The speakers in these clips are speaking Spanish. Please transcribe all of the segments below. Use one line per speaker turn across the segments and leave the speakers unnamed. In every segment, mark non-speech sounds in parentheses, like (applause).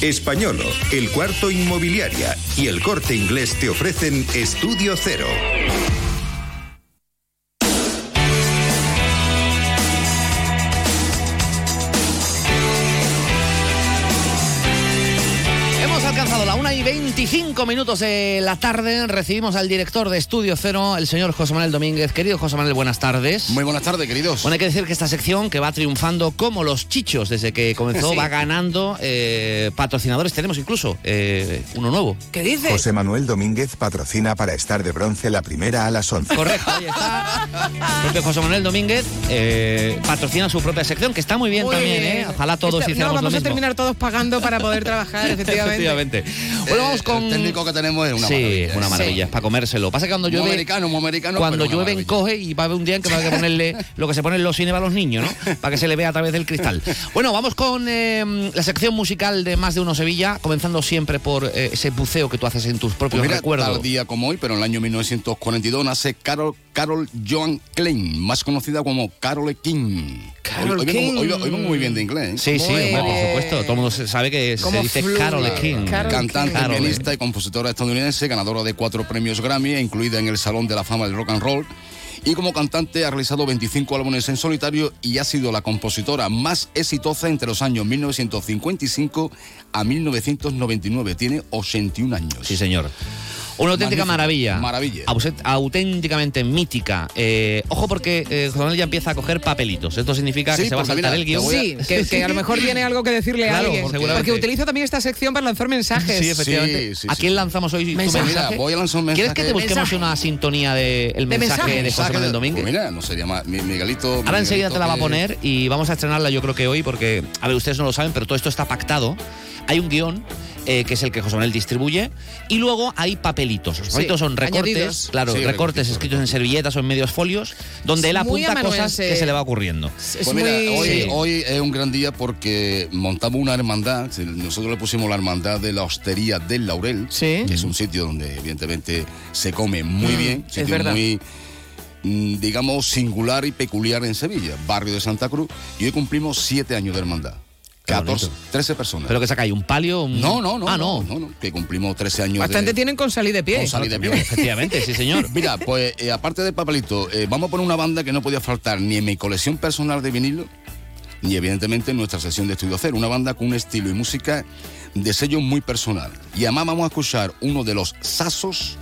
Españolo, El Cuarto Inmobiliaria y El Corte Inglés te ofrecen Estudio Cero.
Hemos alcanzado la 1 y 25 minutos de la tarde. Recibimos al director de Estudio Cero, el señor José Manuel Domínguez. Querido José Manuel, buenas tardes.
Muy buenas tardes, queridos.
Bueno, hay que decir que esta sección que va triunfando como los chichos desde que comenzó,
Sí.
va ganando eh, patrocinadores. Tenemos incluso eh, uno nuevo.
¿Qué dices?
Pues
José Manuel Domínguez patrocina para estar de bronce la primera a las 11.
Correcto, ahí está. El propio José Manuel Domínguez eh, patrocina su propia sección, que está muy bien
Muy
también,
bien.
¿eh? Ojalá todos
Esto- no,
hiciéramos
vamos
lo
a
mismo.
terminar todos pagando para
(laughs)
poder trabajar, efectivamente.
Efectivamente. Bueno, vamos
Eh,
con...
El técnico que tenemos es una
sí,
maravilla.
es una
¿eh?
maravilla, es para comérselo. Pasa que cuando
Muy
llueve...
americano, muy americano.
Cuando
pero una
llueve
maravilla.
encoge y va a haber un día en que va a haber que ponerle lo que se pone en los cines a los niños,
(laughs)
¿no? Para que se le vea a través del cristal. Bueno, vamos con eh, la sección musical de Más de Uno Sevilla, comenzando siempre por eh, ese buceo que tú haces en tus propios
Pues mira,
recuerdos.
tal día como hoy, pero en el año 1942 nace Carol, Carol Joan Klein, más conocida como Carole King.
Carole
hoy, hoy vengo-
King.
hoy- hoy vengo muy bien de inglés.
Sí,
¿eh?
sí,
Muy
hombre, por
bien.
supuesto. Todo el mundo se- sabe que se
Cómo
dice
fluye.
Carole King.
Carole
Cantante,
Carole.
pianista y compositora estadounidense, ganadora de cuatro premios Grammy, incluida en el Salón de la Fama del Rock and Roll. Y como cantante ha realizado 25 álbumes en solitario y ha sido la compositora más exitosa entre los años 1955 a 1999. Tiene 81 años.
Sí, señor. Una auténtica maravilla.
Magnífico, maravilla.
Ausen- auténticamente mítica. Eh, ojo porque eh, José Manuel ya empieza a coger papelitos. Esto significa
Sí,
que se va a
porque
saltar
mira,
el guión.
te voy a-
Sí, que, que a lo mejor tiene algo que decirle
Claro,
a alguien.
seguramente.
Porque utilizo también esta sección para lanzar mensajes.
Sí, efectivamente. ¿A
Sí, sí, sí. Pues
quién lanzamos hoy tu
Mensaje.
mensaje?
Mira, voy a lanzar un
¿Quieres
mensaje.
que te busquemos
Mensaje.
una sintonía del el
De
mensaje,
mensaje.
de José
Mensaje
Manuel
de-
Domínguez?
Pues mira, no sería más. Mi- Miguelito.
Ahora enseguida
Miguelito
te la va a
que-
poner y vamos a estrenarla yo creo que hoy porque, a ver, ustedes no lo saben, pero todo esto está pactado. Hay un guión eh, que es el que José Manuel distribuye y luego hay papelitos. Los papelitos son recortes,
añadidos.
claro,
Sí,
recortes
recortitos.
escritos en servilletas o en medios folios donde
Es
él
muy
apunta cosas
amanuense.
que se le va ocurriendo.
Es- es
Pues mira,
muy-
hoy,
Sí.
hoy es un gran día porque montamos una hermandad, se- nosotros le pusimos la hermandad de la hostería del Laurel,
Sí.
que es un sitio donde evidentemente se come muy bien,
es
sitio
verdad.
muy mm, digamos singular y peculiar en Sevilla, barrio de Santa Cruz, y hoy cumplimos siete años de hermandad.
Qué bonito.
14, 13 personas.
Pero que saca ahí un palio, un-
no, no, no,
Ah, no.
no, no, que cumplimos 13 años
Bastante
de...
tienen con salir de pie.
Con salir de pie.
(laughs) Efectivamente, sí, señor.
Mira, pues eh, aparte de papelito, eh, vamos a poner una banda que no podía faltar ni en mi colección personal de vinilo, ni evidentemente en nuestra sesión de estudio cero. Una banda con un estilo y música de sello muy personal. Y además vamos a escuchar uno de los sasos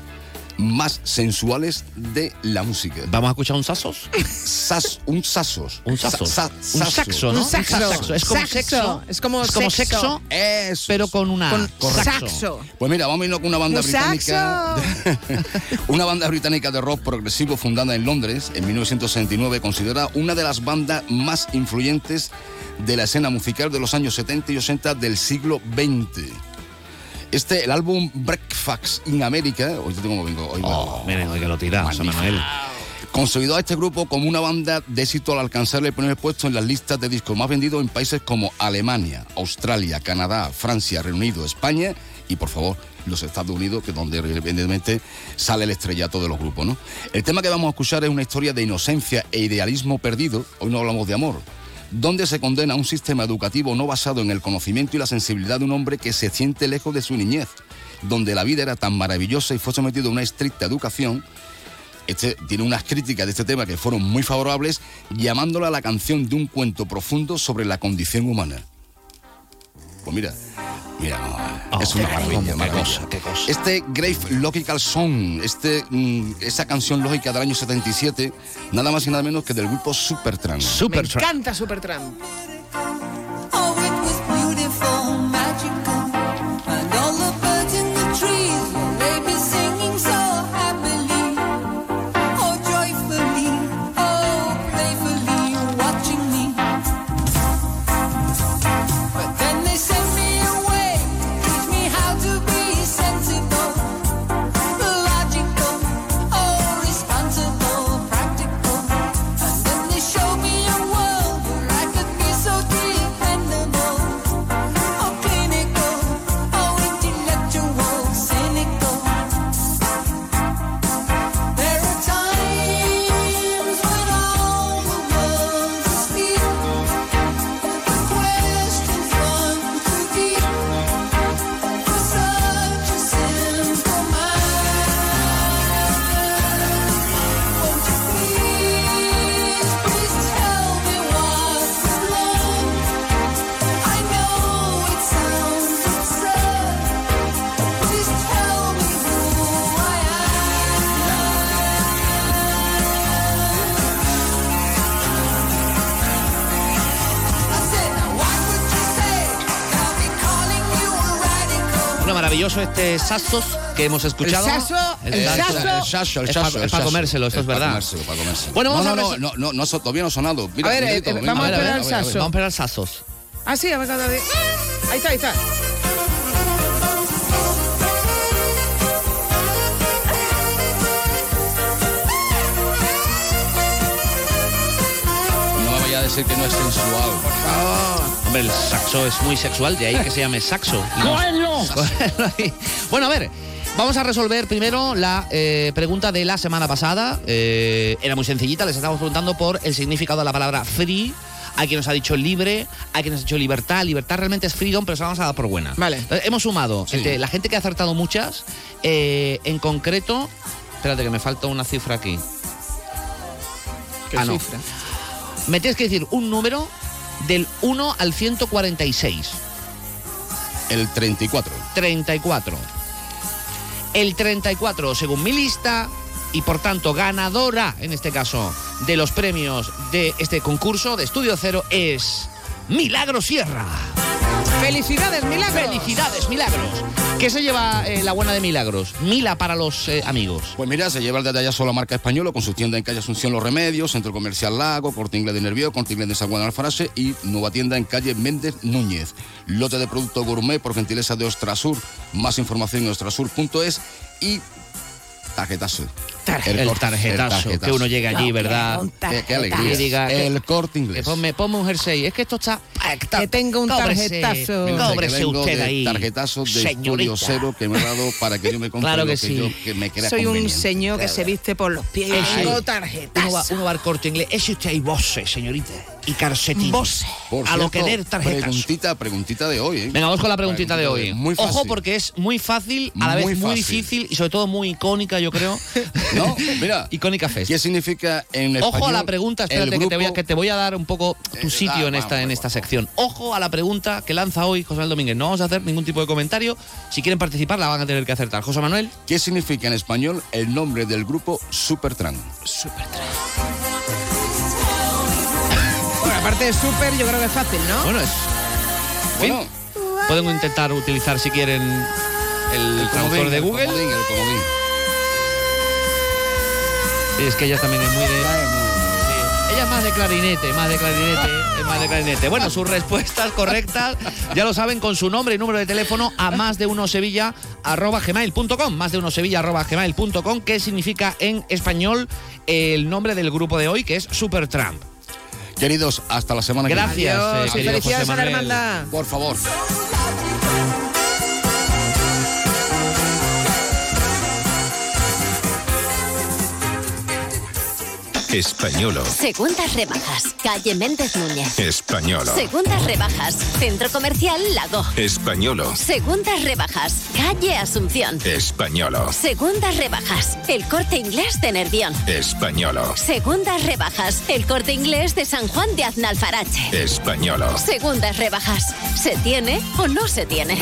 más sensuales de la música.
Vamos a escuchar un sasos.
Sas- un sasos.
Un saso.
Sa- sa-
un
saso.
saxo, ¿no?
Un saxo.
Es como
Saxo.
sexo.
Es como
sexo,
sexo.
Eso.
pero con una
Con
saxo.
saxo.
Pues mira, vamos a irnos con una banda
Un
británica.
(laughs)
una banda británica de rock progresivo fundada en Londres en 1969, considerada una de las bandas más influyentes de la escena musical de los años 70 y 80 del siglo XX. Este, el álbum Breakfast in America, hoy tengo como vengo, hoy
Oh,
vengo.
miren, oye, que lo tira, José
Magnífico.
Manuel.
consolidó a este grupo como una banda de éxito al alcanzar el primer puesto en las listas de discos más vendidos en países como Alemania, Australia, Canadá, Francia, Reino Unido, España y por favor los Estados Unidos, que es donde evidentemente sale el estrellato de los grupos. ¿no? El tema que vamos a escuchar es una historia de inocencia e idealismo perdido, hoy no hablamos de amor, donde se condena un sistema educativo no basado en el conocimiento y la sensibilidad de un hombre que se siente lejos de su niñez, donde la vida era tan maravillosa y fue sometido a una estricta educación este, tiene unas críticas de este tema que fueron muy favorables, llamándola la canción de un cuento profundo sobre la condición humana. Pues mira, mira, no,
Oh,
es una
qué
maravilla,
cosa,
maravilla.
qué cosa, qué cosa.
Este Grave Logical Song, este, mm, esa canción lógica del año 77, nada más y nada menos que del grupo Supertrans.
Me
Super
encanta Supertramp.
Oh, it was beautiful, magical. And all the birds in the trees, well, they be singing so happily. Oh, joyfully, oh, playfully, watching me. But then they sent me away to teach me how to be sensible, logical, oh, responsible, practical. And then they showed me a world where I could be so
Bueno, maravilloso este sasos que hemos escuchado.
El saso, el
saso.
saso.
El saso, el
Es pa-
saso, el
es pa
saso.
comérselo, esto es
pa'
verdad.
comérselo, pa' comérselo.
Bueno, vamos
no,
a
no,
hablar-
no, no, no, so- todavía no ha sonado. Mira,
A ver,
Miguelito,
eh,
venga.
vamos a
ver,
esperar
ver,
al
ver, a ver.
saso.
Vamos a esperar al sasos.
Ah, sí, a ver, cada vez. Ahí está, ahí está.
No me vaya a decir que no es sensual. por favor.
Hombre, el saxo es muy sexual, de ahí que se llame saxo. ¡Cogerlo! (laughs) bueno, a ver. Vamos a resolver primero la eh, pregunta de la semana pasada. Eh, era muy sencillita, les estábamos preguntando por el significado de la palabra free. Hay quien nos ha dicho libre, hay quien nos ha dicho libertad. Libertad realmente es freedom, pero se la vamos a dar por buena.
Vale.
Entonces, hemos sumado entre la gente que ha acertado muchas, eh, en concreto. Espérate, que me falta una cifra aquí.
Qué
Ah, no.
cifra.
Me tienes que decir un número del 1 al 146.
El 34.
34. El 34, según mi lista, y por tanto ganadora, en este caso, de los premios de este concurso de Estudio Cero es Milagro Sierra.
Felicidades, milagro.
Felicidades, Milagros. ¿Qué se lleva eh, la buena de Milagros? Mila para los eh, amigos.
Pues mira, se lleva el detallazo a la marca española con su tienda en calle Asunción Los Remedios, Centro Comercial Lago, Corte Inglés de Nervio, Corte Inglés de San Juan de Alfarase y nueva tienda en calle Méndez Núñez. Lote de producto gourmet por gentileza de Ostrasur. Más información en ostrasur.es y tarjetazo.
el,
corte-
tarjetazo,
el
que uno llega allí, ¿verdad?
Qué, qué
Que diga
alegría.
que-
El corte
Que
inglés.
ponme, ponme un jersey. Es que esto está... pactado.
Que tenga un
Cóbrese,
tarjetazo.
Menos de que
Cóbrese
vengo
usted
del
ahí,
Tarjetazo de
señorita.
estudio cero que me ha dado para que yo me compre
Claro
lo
que
que,
sí.
yo que me crea
Soy un
conveniente.
señor que se viste por los pies.
Ay.
Tengo
Uno va,
tarjetas.
uno va al corte inglés. Ese usted hay voces, señorita. Y calcetines.
Voces.
Por
a lo
cierto,
que leer tarjetas.
Preguntita, preguntita de hoy. ¿eh?
Venga, vamos con la preguntita de hoy.
Muy fácil.
Ojo, porque es muy fácil, a la vez
Muy
muy,
fácil.
difícil y sobre todo muy icónica, yo creo. (laughs)
(laughs) No, mira.
Icónica Fest.
¿Qué significa en español?
Ojo a la pregunta,
el
espérate, que, te voy a,
grupo-
que te voy a dar un poco tu
Eh,
sitio
ah,
en,
vamos,
esta, en
vamos,
esta sección. Ojo a la pregunta que lanza hoy José Manuel Domínguez. No vamos a hacer ningún tipo de comentario. Si quieren participar, la van a tener que acertar. José Manuel,
¿Qué significa en español el nombre del grupo Supertramp?
Bueno, aparte de súper, yo creo que es fácil, ¿no?
bueno, es.
Bueno,
Pueden intentar utilizar si quieren el, traductor
comodín,
de
el
Google.
comodín, el comodín.
Y es que ella también es muy de. Sí. Ella es más de clarinete, más de clarinete, es más de clarinete. Bueno, sus respuestas correctas, ya lo saben, con su nombre y número de teléfono a más de uno sevilla arroba gmail.com, más de uno sevilla arroba gmail.com, que significa en español el nombre del grupo de hoy, que es Supertramp.
Queridos, hasta la semana que
Gracias, eh,
Adiós. y
querido José
felicidades a la
Manuel.
hermandad.
viene. Por favor.
Españolo.
Segundas rebajas, calle Méndez Núñez.
Españolo.
Segundas rebajas, centro comercial Lago.
Españolo.
Segundas rebajas, calle Asunción.
Españolo.
Segundas rebajas, el corte inglés de Nervión.
Españolo.
Segundas rebajas, el corte inglés de San Juan de Aznalfarache.
Españolo.
Segundas rebajas, ¿se tiene o no se tiene?